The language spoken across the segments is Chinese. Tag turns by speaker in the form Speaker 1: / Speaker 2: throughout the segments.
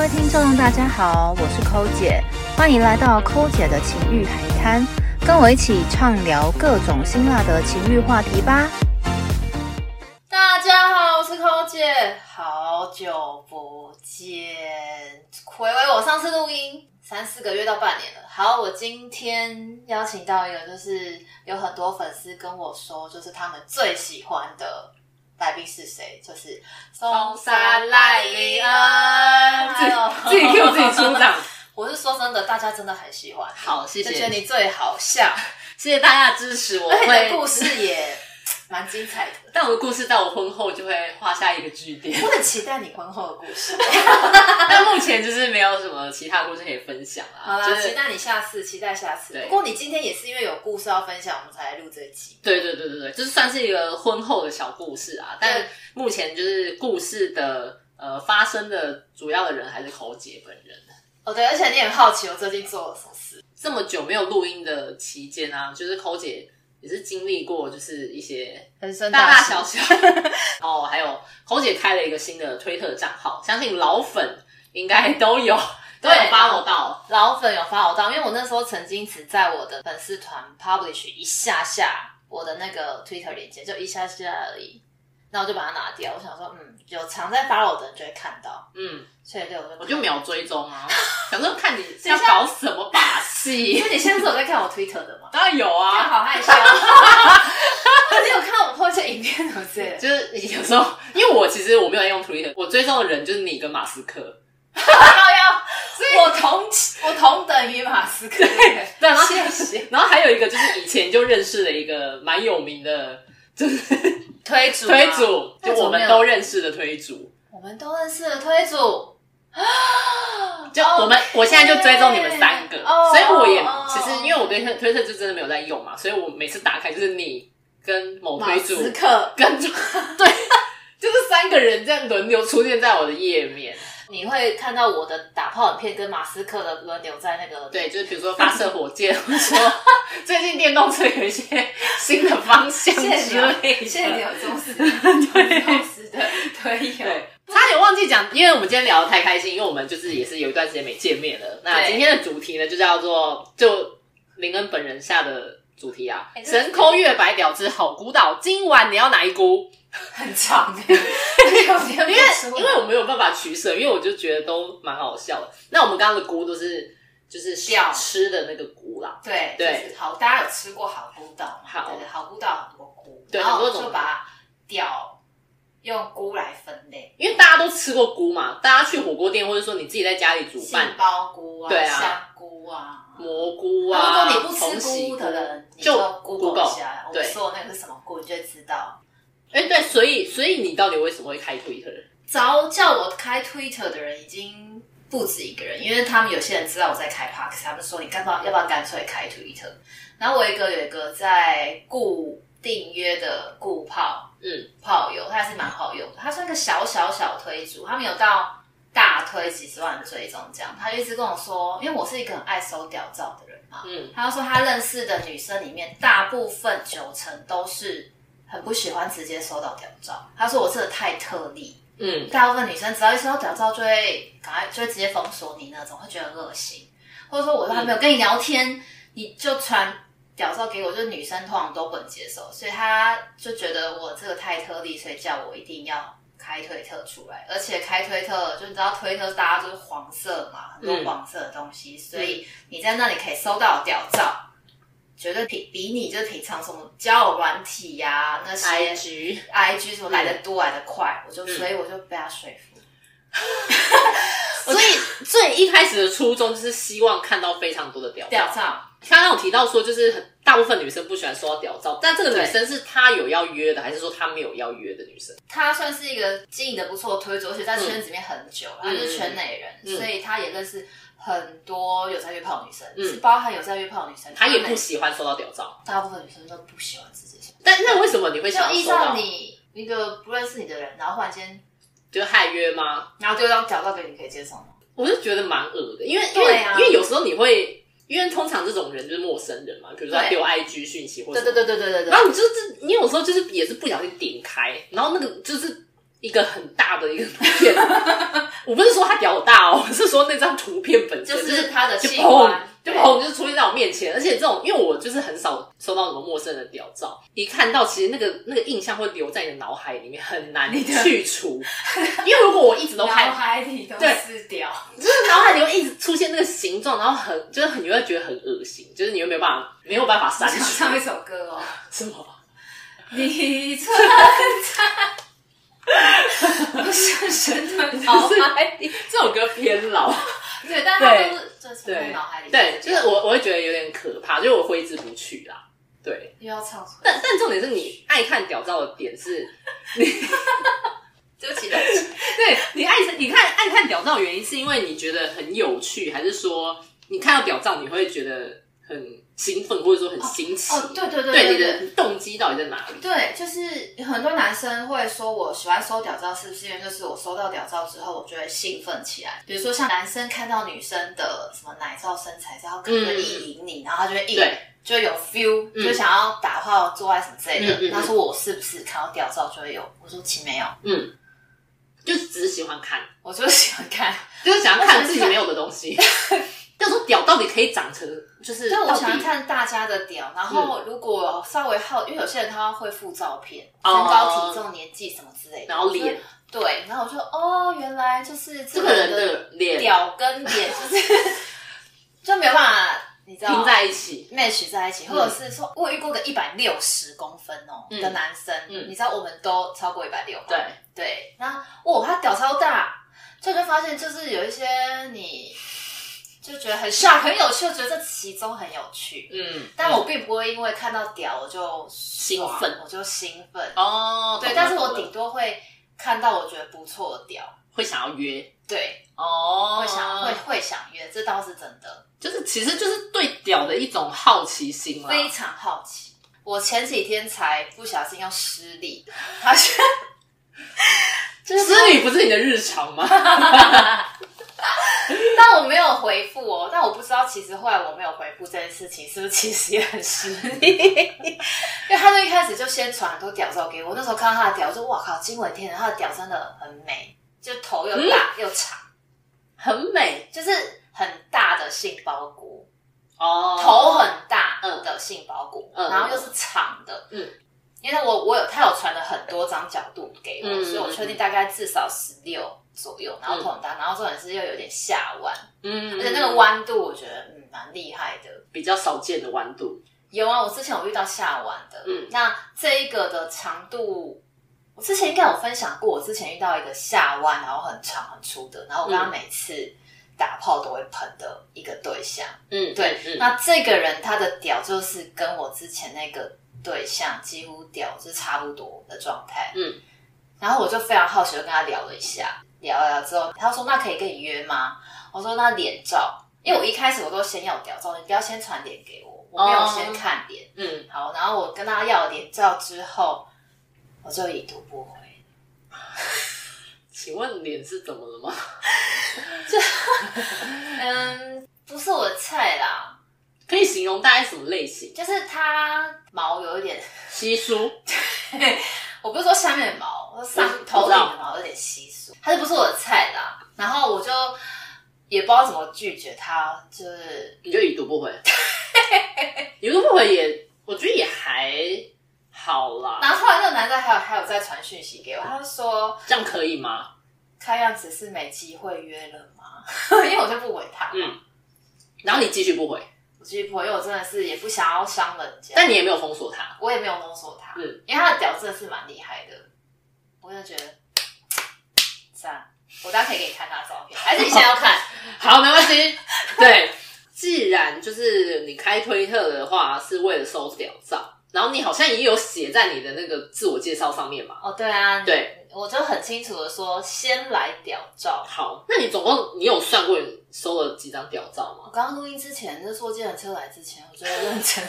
Speaker 1: 位听众，大家好，我是抠姐，欢迎来到抠姐的情欲海滩，跟我一起畅聊各种辛辣的情欲话题吧。
Speaker 2: 大家好，我是抠姐，好久不见，回味我上次录音三四个月到半年了。好，我今天邀请到一个，就是有很多粉丝跟我说，就是他们最喜欢的来宾是谁，就是松山赖林恩，
Speaker 3: 自己 Q 自己出长。
Speaker 2: 我是说真的，大家真的很喜欢，
Speaker 3: 好，谢
Speaker 2: 就觉
Speaker 3: 谢
Speaker 2: 得，你最好笑，
Speaker 3: 谢谢大家的支持，我
Speaker 2: 而且你的
Speaker 3: 会。
Speaker 2: 故事也蛮精彩的。
Speaker 3: 但我的故事到我婚后就会画下一个句 点，
Speaker 2: 我很期待你婚后的故事。
Speaker 3: 但目前就是没有什么其他故事可以分享
Speaker 2: 好
Speaker 3: 啦。
Speaker 2: 啦，
Speaker 3: 就
Speaker 2: 期
Speaker 3: 是
Speaker 2: 待你下次，期待下次。
Speaker 3: 对
Speaker 2: 不过你今天也是因为有故事要分享，我们才来录这一集。
Speaker 3: 对对对对对，就是算是一个婚后的小故事啊。但
Speaker 2: 对
Speaker 3: 目前就是故事的呃发生的主要的人还是口姐本人。
Speaker 2: 哦，对，而且你很好奇我最近做了什么事。
Speaker 3: 这么久没有录音的期间啊，就是口姐也是经历过就是一些
Speaker 2: 人生
Speaker 3: 大大
Speaker 2: 大
Speaker 3: 小
Speaker 2: 事
Speaker 3: 小。 哦，还有侯姐开了一个新的推特账号，相信老粉应该都 有都
Speaker 2: 对
Speaker 3: 有 follow 到。
Speaker 2: 老粉有发我到，因为我那时候曾经只在我的粉丝团 publish 一下下我的那个 Twitter 链接，就一下下而已。那我就把它拿掉，我想说，嗯，有常在发我的人就会看到，
Speaker 3: 嗯，
Speaker 2: 所以就我就
Speaker 3: 我就没有追踪 啊，想说看你是
Speaker 2: 等
Speaker 3: 要
Speaker 2: 一下
Speaker 3: 搞什么把
Speaker 2: 因
Speaker 3: 戏。
Speaker 2: 为你现在是有在看我 Twitter 的嘛？
Speaker 3: 当然有啊，
Speaker 2: 好害羞， 你有看我 po 一些影片什么之类的？
Speaker 3: 就是有时候，因为我其实我没有在用 Twitter，我追踪的人就是你跟马斯克。
Speaker 2: 我同我同等于马斯克，对
Speaker 3: 对，然后
Speaker 2: 谢谢
Speaker 3: 然后还有一个就是以前就认识的一个蛮有名的，就是
Speaker 2: 推主
Speaker 3: 推主，啊
Speaker 2: 那
Speaker 3: 就
Speaker 2: 怎
Speaker 3: 我
Speaker 2: 么没
Speaker 3: 们
Speaker 2: 有
Speaker 3: 都认识的推主。
Speaker 2: 我们都认识的推主啊，
Speaker 3: 就我们我现在就追踪你们三个，
Speaker 2: 哦
Speaker 3: 所以我也
Speaker 2: 哦
Speaker 3: 其实因为我对推推特就真的没有在用嘛，所以我每次打开就是你跟某
Speaker 2: 马
Speaker 3: 推主
Speaker 2: 斯克，
Speaker 3: 跟 对，就是三个人这样轮流出现在我的页面。
Speaker 2: 你会看到我的打炮影片跟马斯克的轮流在那个
Speaker 3: 对，就是比如说发射火箭，或者 说最近电动车有一些新的方向之
Speaker 2: 谢谢你啊
Speaker 3: 类的。
Speaker 2: 谢谢你有忠实对忠实的推友，
Speaker 3: 对，差点忘记讲，因为我们今天聊得太开心，因为我们就是也是有一段时间没见面了。那
Speaker 2: 对
Speaker 3: 今天的主题呢，就叫做就林恩本人下的主题啊，
Speaker 2: 哎这
Speaker 3: 神抠月白屌之好孤岛，今晚你要哪一孤？
Speaker 2: 很长， 有点
Speaker 3: 因为因为我没有办法取舍，因为我就觉得都蛮好笑的。那我们刚刚的孤都是就是
Speaker 2: 屌
Speaker 3: 吃的那个孤啦，
Speaker 2: 对
Speaker 3: 对
Speaker 2: 就是好，大家有吃过好菇岛嘛？
Speaker 3: 好
Speaker 2: 对对好菇岛很多菇，
Speaker 3: 对
Speaker 2: 然后
Speaker 3: 很多种
Speaker 2: 就把屌用菇来分类，
Speaker 3: 因为大家都吃过菇嘛，大家去火锅店或者说你自己在家里煮
Speaker 2: 杏
Speaker 3: 饭，
Speaker 2: 鲍菇啊，
Speaker 3: 对啊
Speaker 2: 香菇啊。
Speaker 3: 蘑菇
Speaker 2: 然
Speaker 3: 啊，
Speaker 2: 后如果你不
Speaker 3: 重喜
Speaker 2: 吃菇的人，你
Speaker 3: 就
Speaker 2: Google 一下
Speaker 3: Google，
Speaker 2: 我
Speaker 3: 对
Speaker 2: 们说的那个是什么菇，你就会知道。
Speaker 3: 哎、对，所以所以你到底为什么会开推特？
Speaker 2: 早叫我开 Twitter 的人已经不止一个人，因为他们有些人知道我在开 Park，他们说你干嘛要不要干脆开 Twitter？然后我有一个有一个在固订阅的固炮，
Speaker 3: 嗯，
Speaker 2: 炮友，他还是蛮好用的。他算个小小小推主，他没有到大推几十万追踪这样。他就一直跟我说，因为我是一个很爱收屌照的人嘛，
Speaker 3: 嗯，
Speaker 2: 他就说他认识的女生里面，大部分九成都是很不喜欢直接收到屌照。他说我这个太特例，
Speaker 3: 嗯，
Speaker 2: 大部分女生只要一收到屌照就会赶快就会直接封锁你那种，会觉得很恶心，或者说我都还没有跟你聊天，你就传屌照给我，就是女生通常都不能接受，所以他就觉得我这个太特例，所以叫我一定要开推特出来，而且开推特就你知道推特大家就是黄色嘛，很多
Speaker 3: 嗯
Speaker 2: 黄色的东西，所以你在那里可以收到屌照。绝对比比你就是平常什么交友软体呀、那些
Speaker 3: IG
Speaker 2: IG 什么来的多来的快，我就
Speaker 3: 嗯
Speaker 2: 所以我就被他说服。
Speaker 3: 所以最一开始的初衷就是希望看到非常多的屌
Speaker 2: 屌
Speaker 3: 照。
Speaker 2: 照，
Speaker 3: 刚刚有提到说，就是很大部分女生不喜欢收到屌照，但这个女
Speaker 2: 对
Speaker 3: 生是她有要约的，还是说她没有要约的女生？
Speaker 2: 他算是一个经营的不错的推主，而且在圈子里面很久，他就是圈内人，
Speaker 3: 嗯
Speaker 2: 所以他也认识很多有在约炮的女生，
Speaker 3: 嗯
Speaker 2: 是包含有在约炮的女生，
Speaker 3: 她也
Speaker 2: 们
Speaker 3: 不喜欢收到屌照，
Speaker 2: 大部分女生都不喜欢自己说，
Speaker 3: 但那为什么你会想
Speaker 2: 就
Speaker 3: 要
Speaker 2: 依
Speaker 3: 收
Speaker 2: 照
Speaker 3: 到？
Speaker 2: 你一个不认识你的人，然后忽然间，
Speaker 3: 就害约吗？
Speaker 2: 然后丢到屌照给你，可以接受吗？
Speaker 3: 我是觉得蛮恶的，因为因为、
Speaker 2: 对啊
Speaker 3: 因为有时候你会，因为通常这种人就是陌生人嘛，比如说他
Speaker 2: 对
Speaker 3: 丢 IG 讯息或者
Speaker 2: 对对对对对对
Speaker 3: 然
Speaker 2: 对，
Speaker 3: 后你就是你有时候就是也是不小心点开，然后那个就是一个很大的一个图片， 我不是说他屌大哦，我是说那张图片本身
Speaker 2: 就
Speaker 3: 就是
Speaker 2: 他的
Speaker 3: 就
Speaker 2: 器
Speaker 3: 砰
Speaker 2: 官，
Speaker 3: 就
Speaker 2: 对
Speaker 3: 砰就出现在我面前，而且这种因为我就是很少收到什么陌生人的屌照，一看到其实那个那个印象会留在你的脑海里面，很难去除。因为如果我一直都
Speaker 2: 脑
Speaker 3: 看，
Speaker 2: 海里都
Speaker 3: 对
Speaker 2: 是屌，
Speaker 3: 就是脑海里会一直出现那个形状，然后很就是很你会觉得很恶心，就是你会没有办法没有办法
Speaker 2: 我
Speaker 3: 删
Speaker 2: 想
Speaker 3: 除
Speaker 2: 唱一首 歌哦，
Speaker 3: 什么。
Speaker 2: 你存在。我深深的脑海里，
Speaker 3: 这首歌偏老，
Speaker 2: 对，但他都是就是从我
Speaker 3: 对
Speaker 2: 脑海里，
Speaker 3: 对，就是我我会觉得有点可怕，就是我挥之不去啦。对，
Speaker 2: 又要唱出来，
Speaker 3: 但但重点是你爱看屌照的点是，
Speaker 2: 对不起，对不起，
Speaker 3: 对你爱你看爱看屌照的原因是因为你觉得很有趣，还是说你看到屌照你会觉得很兴奋，或者说很新奇？
Speaker 2: 哦，对对对
Speaker 3: 对，
Speaker 2: 对
Speaker 3: 你的动机到底在哪里？
Speaker 2: 对，就是很多男生会说我喜欢收屌照，是不是因为就是我收到屌照之后，我就会兴奋起来？比如说像男生看到女生的什么奶照、身材照，可能就意淫你，然后他就会意
Speaker 3: 嗯对
Speaker 2: 就有 feel，、
Speaker 3: 嗯
Speaker 2: 就想要打炮、做爱什么之类
Speaker 3: 嗯嗯
Speaker 2: 的。
Speaker 3: 嗯
Speaker 2: 他、说我是不是看到屌照就会有？我说其实没有，
Speaker 3: 嗯，就只是喜欢看，
Speaker 2: 我就喜欢看，
Speaker 3: 就是想要看自己没有的东西。要说屌到底可以长成，就是
Speaker 2: 就我
Speaker 3: 到
Speaker 2: 喜欢
Speaker 3: 底嗯
Speaker 2: 看大家的屌。然后如果稍微好，因为有些人他会附照片，身
Speaker 3: 哦
Speaker 2: 高、体重、年纪什么之类的，
Speaker 3: 然后脸，
Speaker 2: 对，然后我就哦，原来就是
Speaker 3: 这
Speaker 2: 这
Speaker 3: 个
Speaker 2: 个
Speaker 3: 人
Speaker 2: 人
Speaker 3: 的脸
Speaker 2: 屌跟脸就是就没有办法，你知道
Speaker 3: 拼 在一起，
Speaker 2: match 在一起，或者是说我有遇过个一百六十公分哦、
Speaker 3: 嗯
Speaker 2: 的男生，
Speaker 3: 嗯
Speaker 2: 你知道我们都超过一百六，
Speaker 3: 对，
Speaker 2: 对，那哦他屌超大，就你会发现就是有一些你就觉得很 shock 很有趣，我觉得这其中很有趣。
Speaker 3: 嗯，
Speaker 2: 但我并不会因为看到屌我就
Speaker 3: 兴
Speaker 2: 爽
Speaker 3: 奋
Speaker 2: 我就兴奋。
Speaker 3: 哦，
Speaker 2: 对，
Speaker 3: 懂了
Speaker 2: 但是我
Speaker 3: 懂了
Speaker 2: 顶多会看到我觉得不错的屌，
Speaker 3: 会想要约
Speaker 2: 对，
Speaker 3: 哦
Speaker 2: 会想会会想约，这倒是真的，
Speaker 3: 就是其实就是对屌的一种好奇心啦。
Speaker 2: 非常好奇。我前几天才不小心用失礼，他是 就是
Speaker 3: 织女不是你的日常 吗？
Speaker 2: 但我没有回复哦，但我不知道，其实后来我没有回复这件事情，是不是其实也很失礼？因为他就一开始就先传很多屌照给我，那时候看到他的屌，我说哇靠，惊为天人，他的屌真的很美，就头又大
Speaker 3: 嗯
Speaker 2: 又长，
Speaker 3: 很美
Speaker 2: 就是很大的杏鲍菇。
Speaker 3: 哦，
Speaker 2: 头很大的杏鲍菇，
Speaker 3: 嗯
Speaker 2: 然后又是长的，
Speaker 3: 嗯，
Speaker 2: 因为我我有他有传了很多张角度给我，
Speaker 3: 嗯
Speaker 2: 所以我确定大概至少十六左右，然后头很大，然后重点是又有点下弯，
Speaker 3: 嗯
Speaker 2: 而且那个弯度我觉得嗯蛮厉害的。
Speaker 3: 比较少见的弯度，
Speaker 2: 有啊，我之前有遇到下弯的，
Speaker 3: 嗯
Speaker 2: 那这一个的长度。我之前应该有分享过，我之前遇到一个下弯，然后很长很粗的，然后我跟他
Speaker 3: 嗯
Speaker 2: 每次打炮都会喷的一个对象，
Speaker 3: 嗯，
Speaker 2: 对，
Speaker 3: 嗯
Speaker 2: 那这个人他的屌就是跟我之前那个对象几乎屌是差不多的状态。
Speaker 3: 嗯，
Speaker 2: 然后我就非常好奇，就跟他聊了一下，聊了之后，他说：“那可以跟你约吗？”我说：“那脸照，因为我一开始我都先要屌照，你不要先传脸给我，我没有先看脸。
Speaker 3: 嗯，
Speaker 2: 好，然后我跟他要脸照之后，我就已读不回。
Speaker 3: 请问脸是怎么了吗？
Speaker 2: 嗯，不是我的菜啦，
Speaker 3: 可以形容大概什么类型？
Speaker 2: 就是他毛有一点
Speaker 3: 稀疏，
Speaker 2: 我不是说下面的毛，我说上
Speaker 3: 我知
Speaker 2: 头顶
Speaker 3: 道
Speaker 2: 的毛有点稀疏，它就不是我的菜啦。然后我就也不知道怎么拒绝他，就是
Speaker 3: 你就已读不回，已读不回也，我觉得也还好啦，
Speaker 2: 然后后来那个男生还有还有再传讯息给我，他就说
Speaker 3: 这样可以吗？
Speaker 2: 看样子是没机会约了嘛， 因为我就不回他，
Speaker 3: 嗯然后你继续不回，
Speaker 2: 我继续不回，因为我真的是也不想要伤人家，
Speaker 3: 但你也没有封锁他，
Speaker 2: 我也没有封锁他，
Speaker 3: 嗯
Speaker 2: 因为他的屌真的是蛮厉害的，我就觉得嗯赞，我大家可以给你看他的照片，还是你现在要 看？
Speaker 3: 好，没关系。对，既然就是你开推特的话，是为了收屌照，然后你好像也有写在你的那个自我介绍上面嘛？
Speaker 2: 哦，对啊，你
Speaker 3: 对，
Speaker 2: 我就很清楚的说，先来屌照。
Speaker 3: 好，那你总共你有算过你收了几张屌照吗
Speaker 2: 我？刚刚录音之前，就坐计程车来之前，我就认真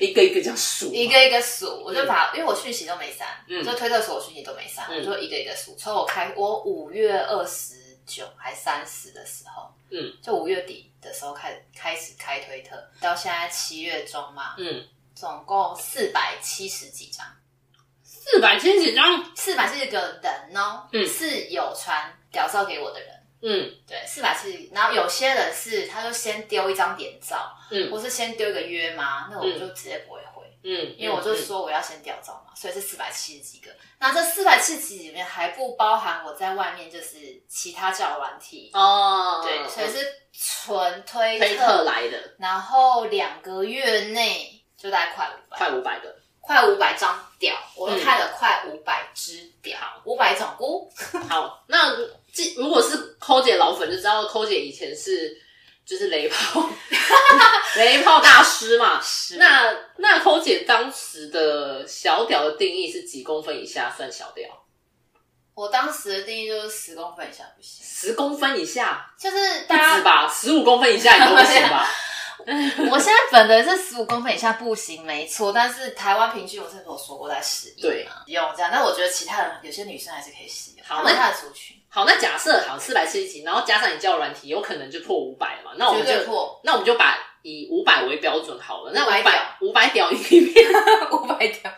Speaker 3: 一个一个这样数吗，
Speaker 2: 一个一个数，我就把，因为我讯息都没删，
Speaker 3: 嗯
Speaker 2: 就推特所有讯息都没删，
Speaker 3: 嗯
Speaker 2: 我就一个一个数。从我开我五月二十九还三十的时候，
Speaker 3: 嗯，
Speaker 2: 就五月底的时候开开始开推特，到现在七月中嘛，
Speaker 3: 嗯，
Speaker 2: 总共四百七十几张，
Speaker 3: 四四百七十几张，
Speaker 2: 四百七十个人哦，
Speaker 3: 嗯
Speaker 2: 是有传屌照给我的人。
Speaker 3: 嗯
Speaker 2: 对，四百七，然后有些人是他就先丢一张脸照，
Speaker 3: 嗯
Speaker 2: 或是先丢一个约嘛，那我就直接不会回，
Speaker 3: 嗯，
Speaker 2: 因为我就
Speaker 3: 嗯
Speaker 2: 说我要先屌照嘛，所以是四百七十几个。那这四百七十几里面还不包含我在外面就是其他交友软体，
Speaker 3: 哦，
Speaker 2: 对，所以是纯推
Speaker 3: 推特来的，
Speaker 2: 然后两个月内就大概快五百，
Speaker 3: 快五百个，
Speaker 2: 快五百张屌，我
Speaker 3: 嗯
Speaker 2: 看了快五百只屌，五百种菇，
Speaker 3: 好，那既如果是抠姐老粉就知道，抠姐以前是就是雷 炮雷炮大师嘛。那那抠姐当时的小屌的定义是几公分以下算小屌？
Speaker 2: 我当时的定义就是十公分以下不行，
Speaker 3: 十公分以下
Speaker 2: 就是
Speaker 3: 不
Speaker 2: 大
Speaker 3: 止
Speaker 2: 家，
Speaker 3: 吧？十五公分以下也都不行吧？
Speaker 2: 我现在本人是十五公分以下不行，没错，但是台湾平均我是有说过在十一
Speaker 3: 对
Speaker 2: 嘛，用这样，但我觉得其他人有些女生还是可以使用，
Speaker 3: 好
Speaker 2: 那她的族群
Speaker 3: 好，那假设好四百七十几，然后加上你交友软体，有可能就破五百嘛？那我
Speaker 2: 绝
Speaker 3: 们
Speaker 2: 对
Speaker 3: 就
Speaker 2: 破
Speaker 3: 那我们就把以五百为标准好了。那
Speaker 2: 500
Speaker 3: 五百五百屌里面，
Speaker 2: 五百条，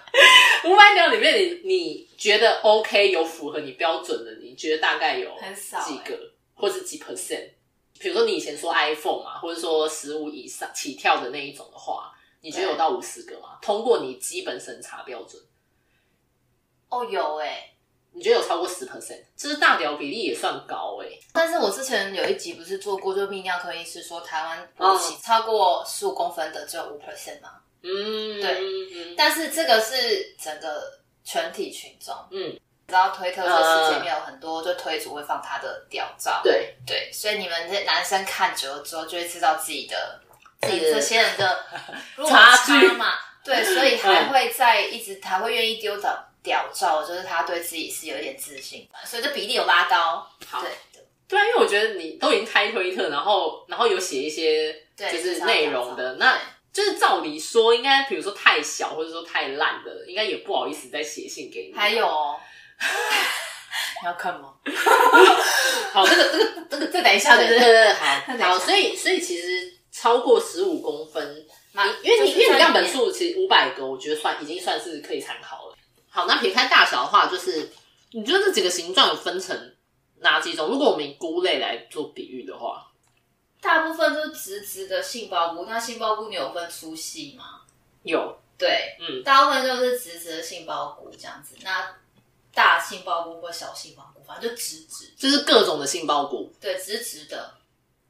Speaker 3: 五百屌里面你，你觉得 OK 有符合你标准的，你觉得大概有
Speaker 2: 很少
Speaker 3: 几
Speaker 2: 欸
Speaker 3: 个，或是几 percent？比如说你以前说 iPhone 嘛，或者说十五以上起跳的那一种的话，你觉得有到五十个吗？通过你基本审查标准，
Speaker 2: 哦有哎、
Speaker 3: 你觉得有超过十 percent？这是大屌比例也算高欸诶、
Speaker 2: 但是我之前有一集不是做过，就泌尿科医师说台湾勃起超过十五公分的只有五 percent 嘛，
Speaker 3: 嗯，
Speaker 2: 对
Speaker 3: 嗯，
Speaker 2: 但是这个是整个全体群众，
Speaker 3: 嗯，
Speaker 2: 你知道推特这世界里面有很多就推主会放他的屌照，
Speaker 3: 对。
Speaker 2: 对，所以你们这男生看久了之后就会知道自己的自己
Speaker 3: 对
Speaker 2: 这些人的落
Speaker 3: 差距
Speaker 2: 嘛，对，所以还会在一直还会愿意丢的屌照，就是他对自己是有一点自信的，所以这比例有拉高，
Speaker 3: 好
Speaker 2: 对。
Speaker 3: 对啊，因为我觉得你都已经开推特，然后然后有写一些
Speaker 2: 对
Speaker 3: 就是内容
Speaker 2: 啊
Speaker 3: 的，那就是照理说，应该比如说太小或者说太烂的，应该也不好意思再写信给你。
Speaker 2: 还有、哦， 你要看吗？
Speaker 3: 好，这个这个
Speaker 2: 这个再等一
Speaker 3: 对对对对，好
Speaker 2: 那等一下
Speaker 3: 好，所以所以其实超过十五公分，
Speaker 2: 蛮
Speaker 3: 你因为你
Speaker 2: 就是
Speaker 3: 因为
Speaker 2: 在
Speaker 3: 你样本
Speaker 2: 里面
Speaker 3: 数其实五百个，我觉得算已经算是可以参考了。好，那撇开大小的话，就是你觉得这几个形状有分成哪几种？如果我们以菇类来做比喻的话，
Speaker 2: 大部分就是直直的杏鲍菇，那杏鲍菇你有分粗细吗？
Speaker 3: 有
Speaker 2: 对，
Speaker 3: 嗯
Speaker 2: 大部分就是直直的杏鲍菇这样子。那大杏鲍菇或小杏鲍菇，反正就直直，
Speaker 3: 就是各种的杏鲍菇。
Speaker 2: 对，直直的。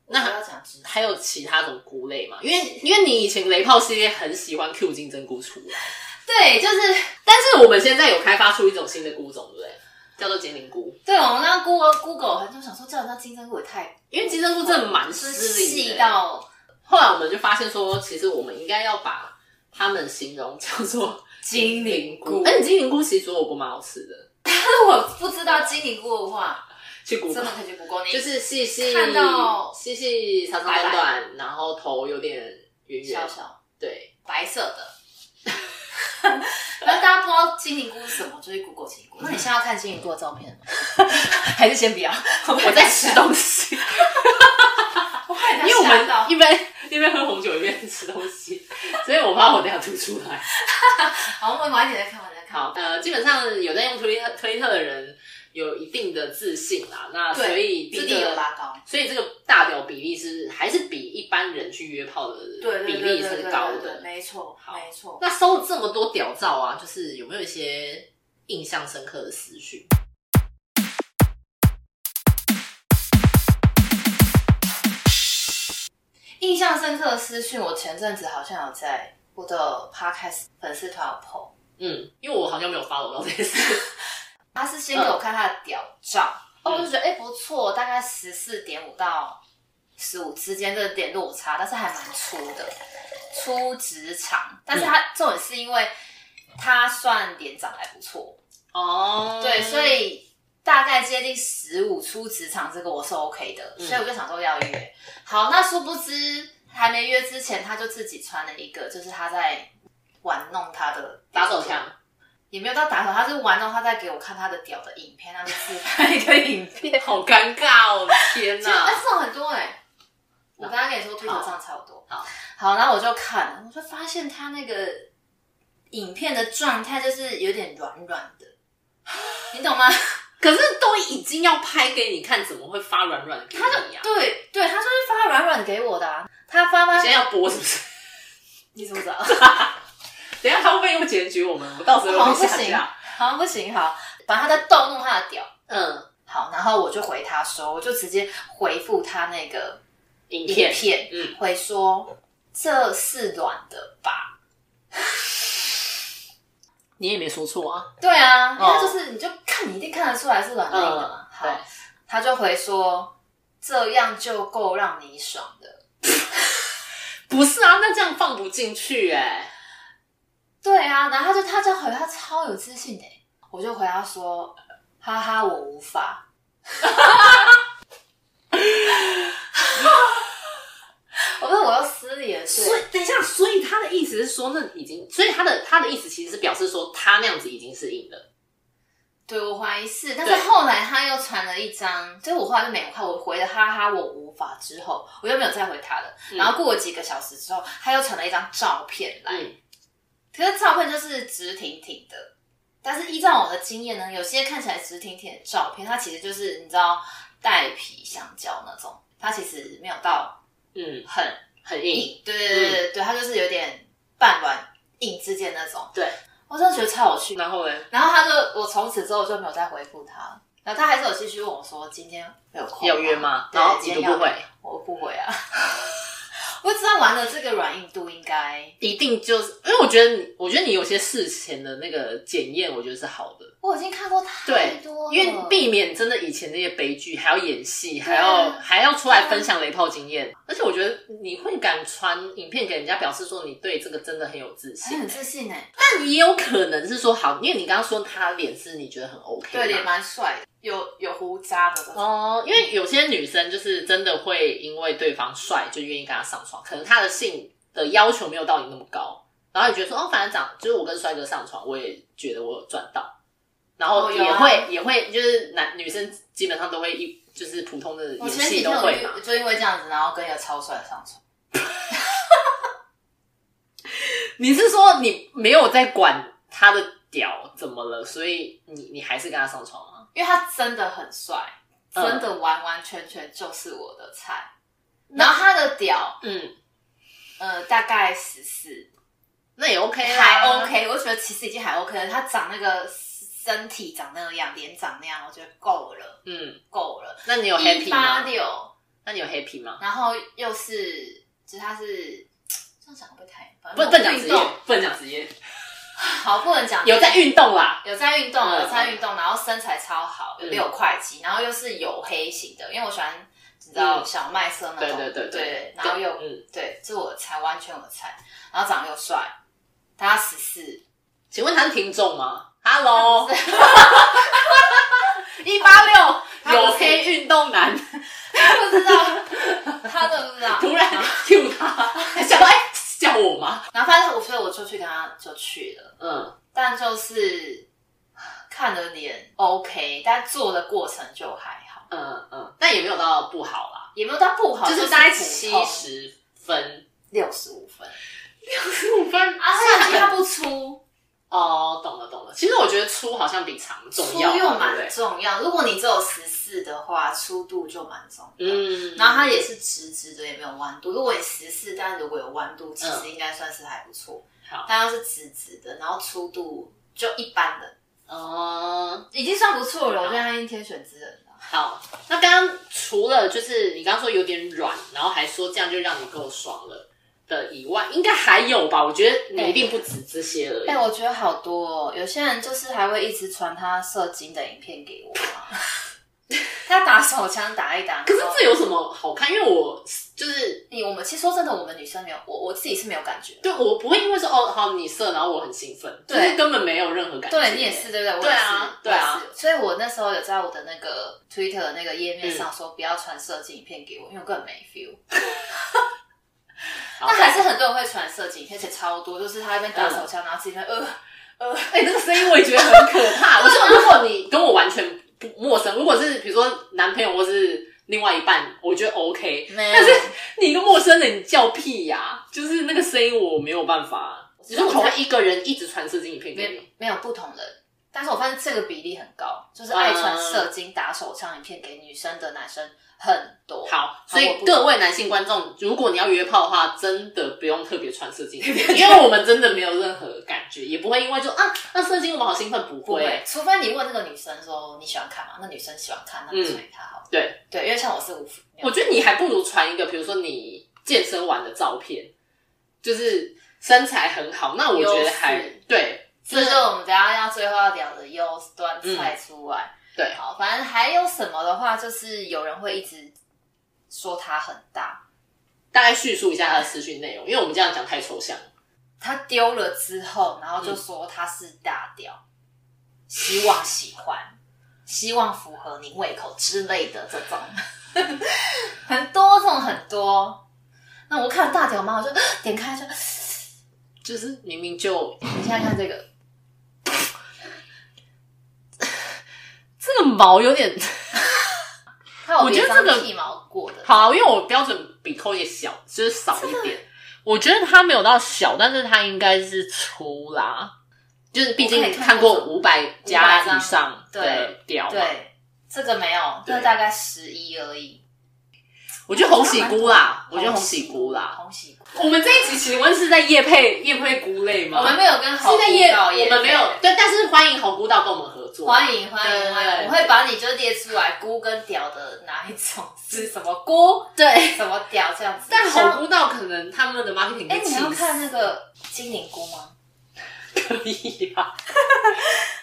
Speaker 3: 那
Speaker 2: 我要讲直直，
Speaker 3: 还有其他种菇类嘛？因为因为你以前雷炮系列很喜欢 Q 金针菇出来，
Speaker 2: 对，就是
Speaker 3: 但是我们现在有开发出一种新的菇种，对不对？叫做精灵菇，
Speaker 2: 对我们那 Google Google 很就想说，叫人家金针菇也太
Speaker 3: 因为金针菇真的蛮
Speaker 2: 是
Speaker 3: 失礼
Speaker 2: 细
Speaker 3: 的。
Speaker 2: 到
Speaker 3: 后来我们就发现说，其实我们应该要把它们形容叫做
Speaker 2: 精灵菇
Speaker 3: 而且精灵菇其实所有菇蛮好吃的，
Speaker 2: 嗯但我不知道金灵菇的话，
Speaker 3: 去菇
Speaker 2: 真的可以去 Google 你
Speaker 3: 嗯就是细细
Speaker 2: 看到
Speaker 3: 细细长长短短，然后头有点圆圆
Speaker 2: 小，小。
Speaker 3: 对，
Speaker 2: 白色的。 然后大家不知道精灵菇是什么，就会 Google 精灵菇。那你现在要看精灵菇的照片吗？ 还是先不要？我
Speaker 3: 我在吃东西。因为我们一边一边喝红酒一边吃东西，所以我怕我等一下吐出来。
Speaker 2: 好，我们晚一点再看，晚一点再看。
Speaker 3: 好，呃，基本上有在用推特推特的人有一定的自信啦，那所以
Speaker 2: 比
Speaker 3: 这
Speaker 2: 例有
Speaker 3: 个
Speaker 2: 拉高。
Speaker 3: 所以这个大屌比例是还是比一般人去约炮的比例是高的。
Speaker 2: 没错，没错。
Speaker 3: 那收这么多屌照啊，就是有没有一些印象深刻的私讯？
Speaker 2: 印象深刻的私讯，我前阵子好像有在我的 Podcast 粉丝团有 PO，
Speaker 3: 嗯，因为我好像没有发我到这件 事。
Speaker 2: 他是先给我看他的屌照，哦，我就觉得哎、不错，大概十四点五到十五之间这个点落差，但是还蛮粗的，粗直肠。但是他重点是因为他算脸长得还不错，
Speaker 3: 哦
Speaker 2: 对，所以大概接近十五出职场这个我是 OK 的，
Speaker 3: 嗯
Speaker 2: 所以我就想说要约。好，那殊不知还没约之前，他就自己穿了一个，就是他在玩弄他的
Speaker 3: 打手枪。
Speaker 2: 也没有到打手，他是玩弄他在给我看他的屌的影片，他就自 拍一个影片，
Speaker 3: 好尴尬哦！天
Speaker 2: 就但！是这种很多哎、我刚刚跟你说推特上超多，
Speaker 3: 好，
Speaker 2: 好，然后我就看了，我就发现他那个影片的状态就是有点软 软的，你懂吗？
Speaker 3: 可是都已经要拍给你看，怎么会发软软给
Speaker 2: 他就
Speaker 3: 你啊呀、
Speaker 2: 对啊对，他就是发软软给我的、啊，他发发
Speaker 3: 现在要播是不是？
Speaker 2: 你怎么知道？
Speaker 3: 等一下他会不会又检举我们？我到时候会
Speaker 2: 好哦不
Speaker 3: 下
Speaker 2: 行
Speaker 3: 架。，
Speaker 2: 好像不行，好，反正他在逗弄他的屌。
Speaker 3: 嗯，
Speaker 2: 好，然后我就回他说，我就直接回复他那个
Speaker 3: 影
Speaker 2: 影
Speaker 3: 片
Speaker 2: 片，
Speaker 3: 嗯
Speaker 2: 回说这是软的吧？
Speaker 3: 你也没说错啊。
Speaker 2: 对啊，因为
Speaker 3: 哦
Speaker 2: 他就是、你就看，你一定看得出来是软硬的嘛。
Speaker 3: 对
Speaker 2: 好，，他就回说这样就够让你爽的。
Speaker 3: 不是啊，那这样放不进去哎、
Speaker 2: 对啊，然后他就他就回他超有自信的、我就回他说哈哈，我无法。 我说我又失礼了，
Speaker 3: 所以
Speaker 2: 对，
Speaker 3: 等一下，所以他的意思是说，那已经，所以他的他的意思其实是表示说，他那样子已经是硬的。
Speaker 2: 对我怀疑是，但是
Speaker 3: 对
Speaker 2: 后来他又传了一张，就是我后来就没有看，我回了哈哈我无法之后，我又没有再回他了。
Speaker 3: 嗯
Speaker 2: 然后过了几个小时之后，他又传了一张照片来，
Speaker 3: 嗯，
Speaker 2: 可是照片就是直挺挺的，但是依照我的经验呢，有些看起来直挺挺的照片，它其实就是你知道带皮香蕉那种，它其实没有到
Speaker 3: 嗯，
Speaker 2: 很
Speaker 3: 很硬。
Speaker 2: 硬，对对对对对，它就是有点半软硬之间那种。
Speaker 3: 对，
Speaker 2: 我真的觉得超有趣。
Speaker 3: 然后呢？
Speaker 2: 然后他就我从此之后就没有再回复他了，然后他还是有继续问我说今天有空
Speaker 3: 有约吗？
Speaker 2: 对
Speaker 3: 然后
Speaker 2: 今
Speaker 3: 你
Speaker 2: 天
Speaker 3: 都
Speaker 2: 要
Speaker 3: 不回，
Speaker 2: 我不回啊。 我知道玩的这个软硬度应该，
Speaker 3: 一定就是因为我觉得你，我觉得你有些事前的那个检验，我觉得是好的，
Speaker 2: 我已经看过太多了，
Speaker 3: 因为避免真的以前那些悲剧，还要演戏，还
Speaker 2: 啊
Speaker 3: 要还要出来分享雷炮经验。而且我觉得你会敢传影片给人家，表示说你对这个真的很有自
Speaker 2: 很
Speaker 3: 信
Speaker 2: 很。自信哎、
Speaker 3: 但也有可能是说，好，因为你刚刚说他脸是你觉得很 OK，嘛
Speaker 2: 对，脸蛮帅的，有有胡渣的那种。
Speaker 3: 哦，因为有些女生就是真的会因为对方帅就愿意跟他上床，可能他的性的要求没有到你那么高，然后你觉得说哦，反正长就是我跟帅哥上床，我也觉得我有赚到，然后
Speaker 2: 哦
Speaker 3: 也
Speaker 2: 有啊
Speaker 3: 会、也会就是男女生基本上都会一就是普通的
Speaker 2: 我
Speaker 3: 演
Speaker 2: 前几
Speaker 3: 戏
Speaker 2: 天
Speaker 3: 都
Speaker 2: 我
Speaker 3: 会嘛
Speaker 2: 就，就因为这样子，然后跟一个超帅的上床，
Speaker 3: 你是说你没有在管他的屌怎么了，所以你你还是跟他上床吗？
Speaker 2: 因为他真的很帅，
Speaker 3: 嗯
Speaker 2: 真的完完全全就是我的菜。然后他的屌，
Speaker 3: 嗯，
Speaker 2: 呃，大概十四，
Speaker 3: 那也 OK 啊啦
Speaker 2: 还 OK，我觉得其实已经还 OK 了。他长那个身体长那样，脸长那样，我觉得够了，
Speaker 3: 嗯，
Speaker 2: 够了。
Speaker 3: 那你有 happy
Speaker 2: 一八
Speaker 3: 吗？
Speaker 2: 六，
Speaker 3: 那你有 happy 吗？
Speaker 2: 然后又是，就是他是这样讲会不会太？反
Speaker 3: 不
Speaker 2: 正
Speaker 3: 不能讲职
Speaker 2: 运
Speaker 3: 业
Speaker 2: 动，
Speaker 3: 不能讲职业。
Speaker 2: 好不能讲
Speaker 3: 有在运动啦，
Speaker 2: 有在运动，
Speaker 3: 嗯
Speaker 2: 有在运动，然后身材超好，有
Speaker 3: 嗯
Speaker 2: 六块肌，然后又是黝黑型的，因为我喜欢你知道
Speaker 3: 嗯
Speaker 2: 小麦色那
Speaker 3: 对
Speaker 2: 种，
Speaker 3: 对对
Speaker 2: 对，然后又
Speaker 3: 嗯，
Speaker 2: 对，这我的菜，完全我的菜，然后长得又帅，他十 四，
Speaker 3: 请问他是听众吗？Hello，
Speaker 2: 不
Speaker 3: 一八
Speaker 2: 他
Speaker 3: 六
Speaker 2: 不是
Speaker 3: 有黑运动男，
Speaker 2: 不知道，他都不知道，
Speaker 3: 突然 Q 他，想到哎是叫我吗？
Speaker 2: 然后反正我，所以我就去跟他就去了，
Speaker 3: 嗯，
Speaker 2: 但就是看了脸 OK，但做的过程就还好，
Speaker 3: 嗯嗯，但也没有到不好啦，
Speaker 2: 也没有到不好，
Speaker 3: 就是
Speaker 2: 是
Speaker 3: 大概七十分，
Speaker 2: 六十五分
Speaker 3: 十五分
Speaker 2: 啊，
Speaker 3: 是
Speaker 2: 他
Speaker 3: 很
Speaker 2: 他不出，
Speaker 3: 哦，懂了懂了。其实我觉得粗好像比长重
Speaker 2: 出
Speaker 3: 要嘛，
Speaker 2: 又
Speaker 3: 对
Speaker 2: 蛮
Speaker 3: 不
Speaker 2: 重要。如果你只有十四的话，出度就蛮重要。
Speaker 3: 对嗯，
Speaker 2: 然后它也是直直的，也没有弯度。如果你十四，但如果有弯度，其实
Speaker 3: 嗯
Speaker 2: 应该算是还不错。
Speaker 3: 好
Speaker 2: 但要是直直的，然后粗度就一般的，
Speaker 3: 哦，
Speaker 2: 已经算不错了。我觉得他已经天选之人了。
Speaker 3: 好，那刚刚除了就是你刚刚说有点软，然后还说这样就让你够爽了的以外，应该还有吧？我觉得你一定不止这些而已。
Speaker 2: 哎、我觉得好多、哦，有些人就是还会一直传他射精的影片给我、啊， 他打手枪打一打，
Speaker 3: 可是
Speaker 2: 然后
Speaker 3: 这有什么好看？因为我就是
Speaker 2: 你我们其实说真的，我们女生没有，我我自己是没有感觉的。
Speaker 3: 对我不会因为说哦好你射，然后我很兴奋，
Speaker 2: 对
Speaker 3: 就是根本没有任何感觉。
Speaker 2: 对你也是，对不对？我
Speaker 3: 对
Speaker 2: 也是
Speaker 3: 啊对啊。
Speaker 2: 我也是所以我那时候有在我的那个 Twitter 的那个页面上说，不要传射精影片给我，因为我根本没 feel。
Speaker 3: 嗯好，
Speaker 2: 但还是很多人会传射精影片，而且超多，就是他在那边打手枪，然后自己在那边呃呃，
Speaker 3: 哎、那个声音我也觉得很可怕。我 说如 果你跟我完全不陌生，如果是比如说男朋友或是另外一半，我觉得 OK。
Speaker 2: 没有
Speaker 3: 但是你一个陌生人，你叫屁呀、就是那个声音我没有办法。你说同一个人一直传色情影片给你，
Speaker 2: 没没有不同人，但是我发现这个比例很高，就是爱传射精、打手枪影片给女生的男生很多。
Speaker 3: 好，
Speaker 2: 好
Speaker 3: 所
Speaker 2: 我
Speaker 3: 以
Speaker 2: 不
Speaker 3: 各位男性观众，如果你要约炮的话，真的不用特别穿射精， 因为我们真的没有任何感觉，也不会因为就啊，那射精我们好兴奋，不
Speaker 2: 不会
Speaker 3: 会，，
Speaker 2: 除非你问那个女生说你喜欢看吗？那女生喜欢看，那你传给她好了。
Speaker 3: 嗯对，
Speaker 2: 对，因为像我是无福，没有
Speaker 3: 我觉得你还不如传一个，比如说你健身完的照片，就是身材很好，那我觉得还
Speaker 2: 优势
Speaker 3: 对，
Speaker 2: 这就是我们等一下要最后要聊的优端菜出来。
Speaker 3: 嗯对
Speaker 2: 好，反正还有什么的话，就是有人会一直说它很大，
Speaker 3: 大概叙述一下他的私讯内容，因为我们这样讲太抽象了。
Speaker 2: 它丢了之后，然
Speaker 3: 嗯
Speaker 2: 后就说它是大屌，希望喜欢，希望符合你胃口之类的这种， 很多这种很多。那我看大屌嘛，我就 点开说，
Speaker 3: 就是明明就
Speaker 2: 你现在看这个，
Speaker 3: 这个毛有点
Speaker 2: 它有
Speaker 3: 我觉得
Speaker 2: 别张
Speaker 3: 这个
Speaker 2: 剃毛过的，
Speaker 3: 好啊、因为我标准比扣也小，就是少一点。我觉得它没有到小，但是它应该是粗啦，就是毕
Speaker 2: 我可
Speaker 3: 竟
Speaker 2: 以看
Speaker 3: 看过五百加以上
Speaker 2: 对
Speaker 3: 的屌嘛。
Speaker 2: 对，这个没有，
Speaker 3: 对
Speaker 2: 这大概十一而已。
Speaker 3: 我觉得红喜菇啦，我觉得红
Speaker 2: 红
Speaker 3: 喜菇啦。
Speaker 2: 红喜菇。
Speaker 3: 我们这一集请问是在夜配夜配菇类吗
Speaker 2: 我们没有跟好
Speaker 3: 是在夜，
Speaker 2: 导演，
Speaker 3: 我们没有对，但是欢迎红菇道跟我们合作。
Speaker 2: 欢迎欢
Speaker 3: 对
Speaker 2: 迎欢
Speaker 3: 对
Speaker 2: 迎，我会把你就列出来，菇跟屌的哪一种 是什么菇，
Speaker 3: 对，
Speaker 2: 什么屌这样子。
Speaker 3: 但
Speaker 2: 像
Speaker 3: 红菇道可能他们的 marketing
Speaker 2: 哎，你要
Speaker 3: 气死
Speaker 2: 看那个精灵菇吗？
Speaker 3: 可以啊，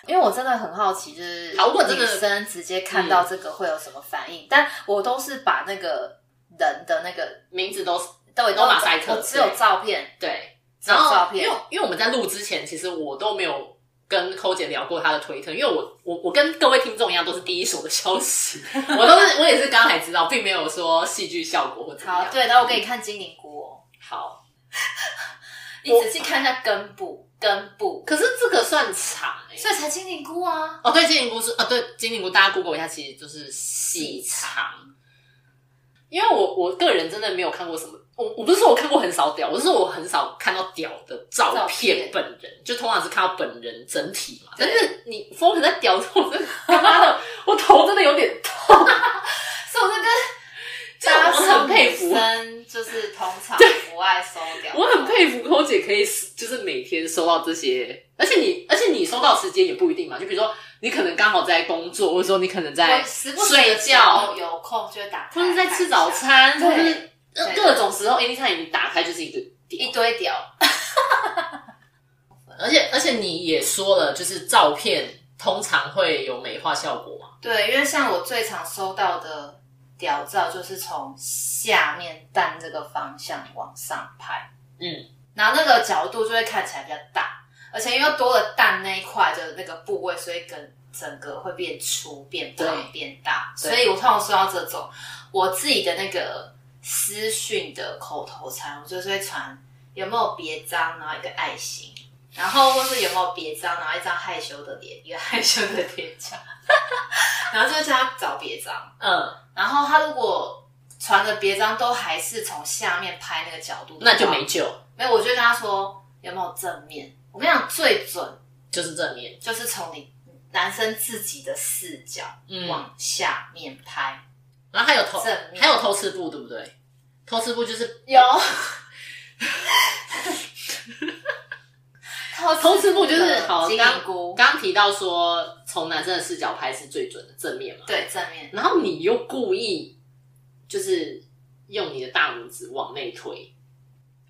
Speaker 2: 因为我真的很好奇，就是
Speaker 3: 好如果真的
Speaker 2: 女生直接看到这个会有什么反应，但我都是把那个人的那个
Speaker 3: 名字都是
Speaker 2: 都
Speaker 3: 都马赛克
Speaker 2: 我只有
Speaker 3: 对
Speaker 2: 照片，
Speaker 3: 对。
Speaker 2: 只有
Speaker 3: 然后，
Speaker 2: 照片
Speaker 3: 因为。因为我们在录之前，其实我都没有跟抠姐聊过她的推特，因为我我我跟各位听众一样，都是第一手的消 息，我都是我也是刚才知道，并没有说戏剧效果或怎么
Speaker 2: 好，
Speaker 3: 样。
Speaker 2: 对，然后我给你看精灵菇哦，
Speaker 3: 好，
Speaker 2: 你
Speaker 3: 我
Speaker 2: 仔细看一下根部，根部，
Speaker 3: 可是这个算长哎、
Speaker 2: 所以才精灵菇啊。
Speaker 3: 哦，对，金灵菇是啊，对，金灵菇大家 Google 一下，其实就是细长。因为我我个人真的没有看过什么，我我不是说我看过很少屌，我是说我很少看到屌的照
Speaker 2: 照
Speaker 3: 片
Speaker 2: 片
Speaker 3: 本人，就通常是看到本人整体嘛。但
Speaker 2: 对
Speaker 3: 是你 focus 在屌上，我真的他妈的，我头真的有点 痛，
Speaker 2: 所以我就跟
Speaker 3: 这我很佩服，
Speaker 2: 生就是通常不爱收掉。
Speaker 3: 我很佩服抠姐可以就是每天收到这些，而且你而且你收到时间也不一定嘛，就比如说你可能刚好在工作，或者说你可能在
Speaker 2: 我时不时的时候有空就会打开，
Speaker 3: 或者在吃早，餐，
Speaker 2: 对
Speaker 3: 或者是
Speaker 2: 对
Speaker 3: 各种时候，anytime 你打开就是一个
Speaker 2: 一
Speaker 3: 点。
Speaker 2: 堆屌。
Speaker 3: 而且而且你也说了，就是照片通常会有美化效果嘛。
Speaker 2: 对，因为像我最常收到的屌照，就是从下面蛋这个方向往上拍，
Speaker 3: 嗯，
Speaker 2: 然后那个角度就会看起来比较大，而且因为多了蛋那一块的那个部位，所以跟整个会变粗、变
Speaker 3: 对
Speaker 2: 胖、变大。
Speaker 3: 对
Speaker 2: 所以我通常收到这种，我自己的那个私讯的口头禅，我就是会传有没有别张，然后一个爱心。然后或是有没有别张，然后一张害羞的脸，一个害羞的脸颊， 然后就会叫他找别张。
Speaker 3: 嗯，
Speaker 2: 然后他如果传的别张都还是从下面拍那个角度的话，
Speaker 3: 那就没救，
Speaker 2: 没有，我就跟他说有没有正面。我跟你讲，最准
Speaker 3: 就是正面。
Speaker 2: 就是从你男生自己的视角
Speaker 3: 嗯
Speaker 2: 往下面拍，
Speaker 3: 然后还有偷，
Speaker 2: 正面
Speaker 3: 还有偷吃步，对不对？偷吃步就是
Speaker 2: 有。
Speaker 3: 偷吃步，就是好。
Speaker 2: 金
Speaker 3: 刚
Speaker 2: 灵菇，
Speaker 3: 刚提到说，从男生的视角拍是最准的正面嘛。
Speaker 2: 对正面，
Speaker 3: 然后你又故意就是用你的大拇指往内推，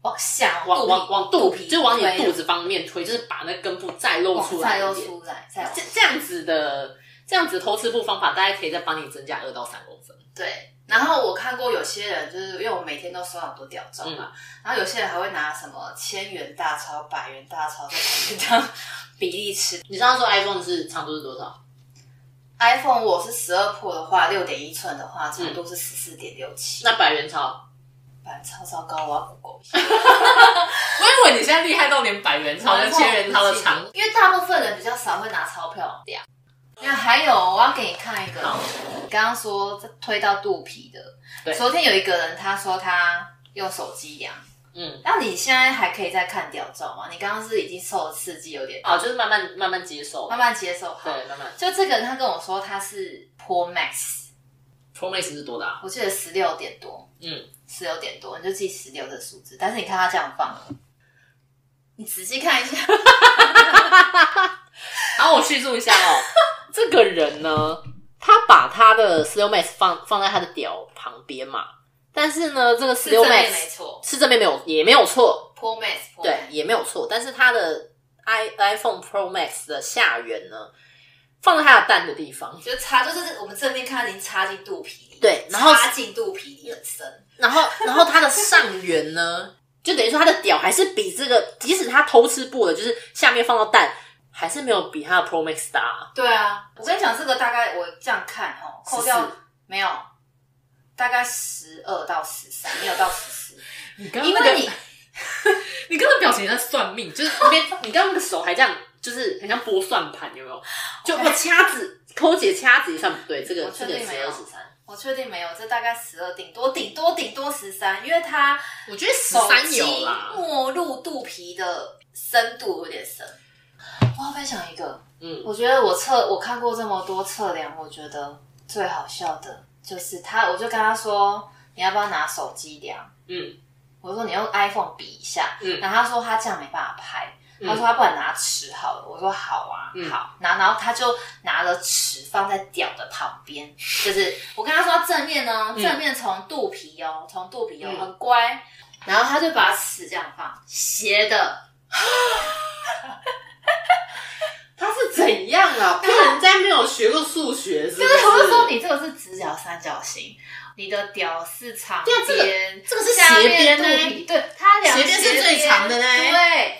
Speaker 2: 往下
Speaker 3: 往
Speaker 2: 肚皮
Speaker 3: 往往肚皮，就往你的
Speaker 2: 推
Speaker 3: 肚子方面推，就是把那根部再露
Speaker 2: 往
Speaker 3: 出
Speaker 2: 再
Speaker 3: 来哦
Speaker 2: 又
Speaker 3: 一点。
Speaker 2: 出来，再往
Speaker 3: 这这样子的这样子偷吃步方法，大概可以再帮你增加二到三公分。
Speaker 2: 对，然后我看过有些人，就是因为我每天都收到很多屌照嘛，然后有些人还会拿什么千元大钞、百元大钞在旁边当比例尺。
Speaker 3: 你知道说 iPhone 是长度是多少？
Speaker 2: iPhone 我是十二 Pro 的话，六点一寸的
Speaker 3: 嗯
Speaker 2: 话，长度是十四点六七，
Speaker 3: 那百元钞？
Speaker 2: 百超超高，我要 Google 一下。
Speaker 3: 我以为你现在厉害到连百元钞跟千元钞的长，
Speaker 2: 因为大部分人比较少会拿钞票量。那还有，我要给你看一个
Speaker 3: 好，
Speaker 2: 你刚刚说这推到肚皮的。
Speaker 3: 对
Speaker 2: 昨天有一个人他说他用手机量，
Speaker 3: 嗯，
Speaker 2: 那你现在还可以再看屌照吗？你刚刚是已经受了刺激，有点
Speaker 3: 哦，就是慢慢慢慢接受，
Speaker 2: 慢慢接受好。
Speaker 3: 对，慢慢。
Speaker 2: 就这个人，他跟我说他是 Pro Max，
Speaker 3: Pro Max 是多大？
Speaker 2: 我记得十六点多，
Speaker 3: 嗯，
Speaker 2: 十六点多，你就记十六的数字。但是你看他这样放了，你仔细看一下，
Speaker 3: 然后我叙述一下哦， 这个人呢，他把他的十六 Max 放放在他的屌旁边嘛，但是呢，这个十
Speaker 2: 是
Speaker 3: 六
Speaker 2: 正面没
Speaker 3: Max
Speaker 2: 错哦
Speaker 3: 是这边没有也没有错，
Speaker 2: ，Pro Max，
Speaker 3: 对，也没有错，但是他的 i iPhone Pro Max 的下缘呢，放在他的蛋的地方，
Speaker 2: 就插就是我们正面看已经插进肚皮里，
Speaker 3: 对然后
Speaker 2: 插进肚皮里很深，
Speaker 3: 然后然后它的上缘呢，就等于说它的屌还是比这个，即使他偷吃布了，就是下面放到蛋，还是没有比他的 Pro Max 大啊。
Speaker 2: 对啊，我跟你讲，这个大概我这样看哦，扣掉
Speaker 3: 14
Speaker 2: 没有，大概十二到十三，没有到十四，
Speaker 3: 你刚
Speaker 2: 因为你
Speaker 3: 你刚刚表情在算命，就是那边你刚刚那个手还这样，就是很像拨算盘，有没有？就
Speaker 2: OK
Speaker 3: 我掐指抠姐掐指一算不对，这
Speaker 2: 我
Speaker 3: 个
Speaker 2: 确
Speaker 3: 这个
Speaker 2: 定
Speaker 3: 十
Speaker 2: 没有
Speaker 3: 二十三，
Speaker 2: 我确定没有，这大概十二，顶多顶多顶多十三，因为它
Speaker 3: 我觉得十
Speaker 2: 手机没入肚皮的深度有点深。我要分享一个，
Speaker 3: 嗯
Speaker 2: 我觉得我测我看过这么多测量，我觉得最好笑的就是他，我就跟他说你要不要拿手机量，
Speaker 3: 嗯
Speaker 2: 我说你用 iPhone 比一下，
Speaker 3: 嗯
Speaker 2: 然后他说他这样没办法拍，他说他不然拿尺好了，我说好啊，
Speaker 3: 嗯
Speaker 2: 好，然后然后他就拿了尺放在屌的旁边，就是我跟他说正面哦，
Speaker 3: 嗯
Speaker 2: 正面从肚皮哦，从肚皮哦，
Speaker 3: 嗯
Speaker 2: 很乖，然后他就把尺这样放，斜的，
Speaker 3: 他是怎样啊？看人家没有学过数学，是不？
Speaker 2: 就是是啊我就说你这个是直角三角形，你的屌是长
Speaker 3: 对啊这个
Speaker 2: 边，
Speaker 3: 这个是
Speaker 2: 下
Speaker 3: 斜
Speaker 2: 面
Speaker 3: 边
Speaker 2: 肚
Speaker 3: 呢
Speaker 2: 皮，对，它两
Speaker 3: 斜边是最长的呢
Speaker 2: 对。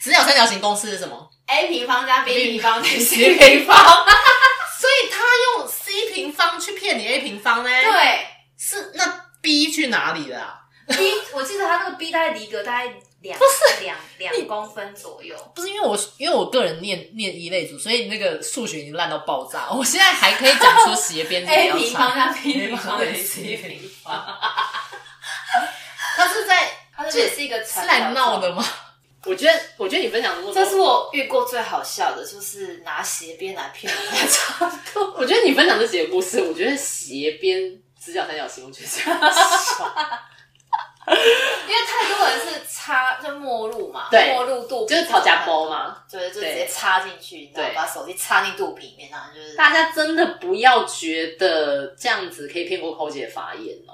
Speaker 3: 直角三角形公式是什么？
Speaker 2: a 平方加 b 平方等于 c
Speaker 3: 平
Speaker 2: 平
Speaker 3: 方
Speaker 2: 方，
Speaker 3: 所以他用 c 平方去骗你 a 平方呢？，
Speaker 2: 对，
Speaker 3: 是那 b 去哪里了、啊？
Speaker 2: B，我 记得他那个 B 大概离隔大概两两两公分左右。
Speaker 4: 不是因为我，因为我个人念念一类组，所以那个数学已经烂到爆炸。 我现在还可以讲出斜边怎么
Speaker 2: A
Speaker 4: 样
Speaker 2: 平方
Speaker 4: 差，
Speaker 2: 加 B 哎平方等于 C 平方，他是在他这也是一个
Speaker 4: 是
Speaker 2: 传
Speaker 4: 来闹的吗？
Speaker 3: 我觉得，我觉得你分享这么多，
Speaker 2: 这是我遇过最好笑的，就是拿斜边来骗人家长度。
Speaker 3: 我觉得你分享这几个故事，我觉得斜边直角三角形，我觉得这样笑，
Speaker 2: 因为太多人是插就没入嘛，
Speaker 3: 对
Speaker 2: 没入肚皮
Speaker 3: 就是讨价包嘛。
Speaker 2: 对，就直
Speaker 3: 对
Speaker 2: 接插进去，你知道吗
Speaker 3: 对
Speaker 2: 把手机插进肚皮里面，然后就是
Speaker 3: 大家真的不要觉得这样子可以骗过寇姐法眼哦。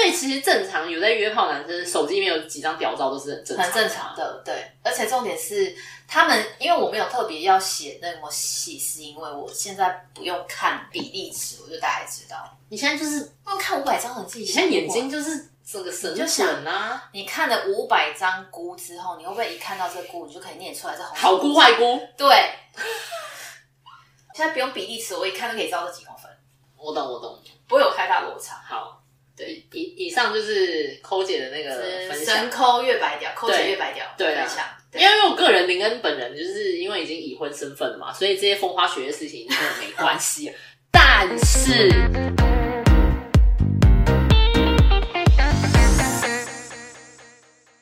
Speaker 3: 对，其实正常有在约炮男生手机里面有几张屌照都是很正常，啊
Speaker 2: 很正常。的，对。而且重点是，他们因为我没有特别要写那么细，是因为我现在不用看比例尺，我就大概知道。
Speaker 3: 你现在就是，
Speaker 2: 不用看五百张很自己
Speaker 3: 你
Speaker 2: 想
Speaker 3: 现
Speaker 2: 过，
Speaker 3: 在眼睛就是整个神
Speaker 2: 就
Speaker 3: 准啊，
Speaker 2: 你看了五百张菇之后，你会不会一看到这菇，你就可以念出来这红
Speaker 3: 好姑坏姑，
Speaker 2: 对。 现在不用比例尺，我一看就可以知道这几公分，
Speaker 3: 我懂我懂。
Speaker 2: 不会有太大落差。
Speaker 3: 好，对，以以上就是寇姐的那个分享
Speaker 2: 神。抠月白屌，抠
Speaker 3: 对
Speaker 2: 姐月白屌，
Speaker 3: 对啊
Speaker 2: 分享。
Speaker 3: 因为我个人林恩本人就是因为已经已婚身份了嘛，所以这些风花雪月的事情跟我没关系。但是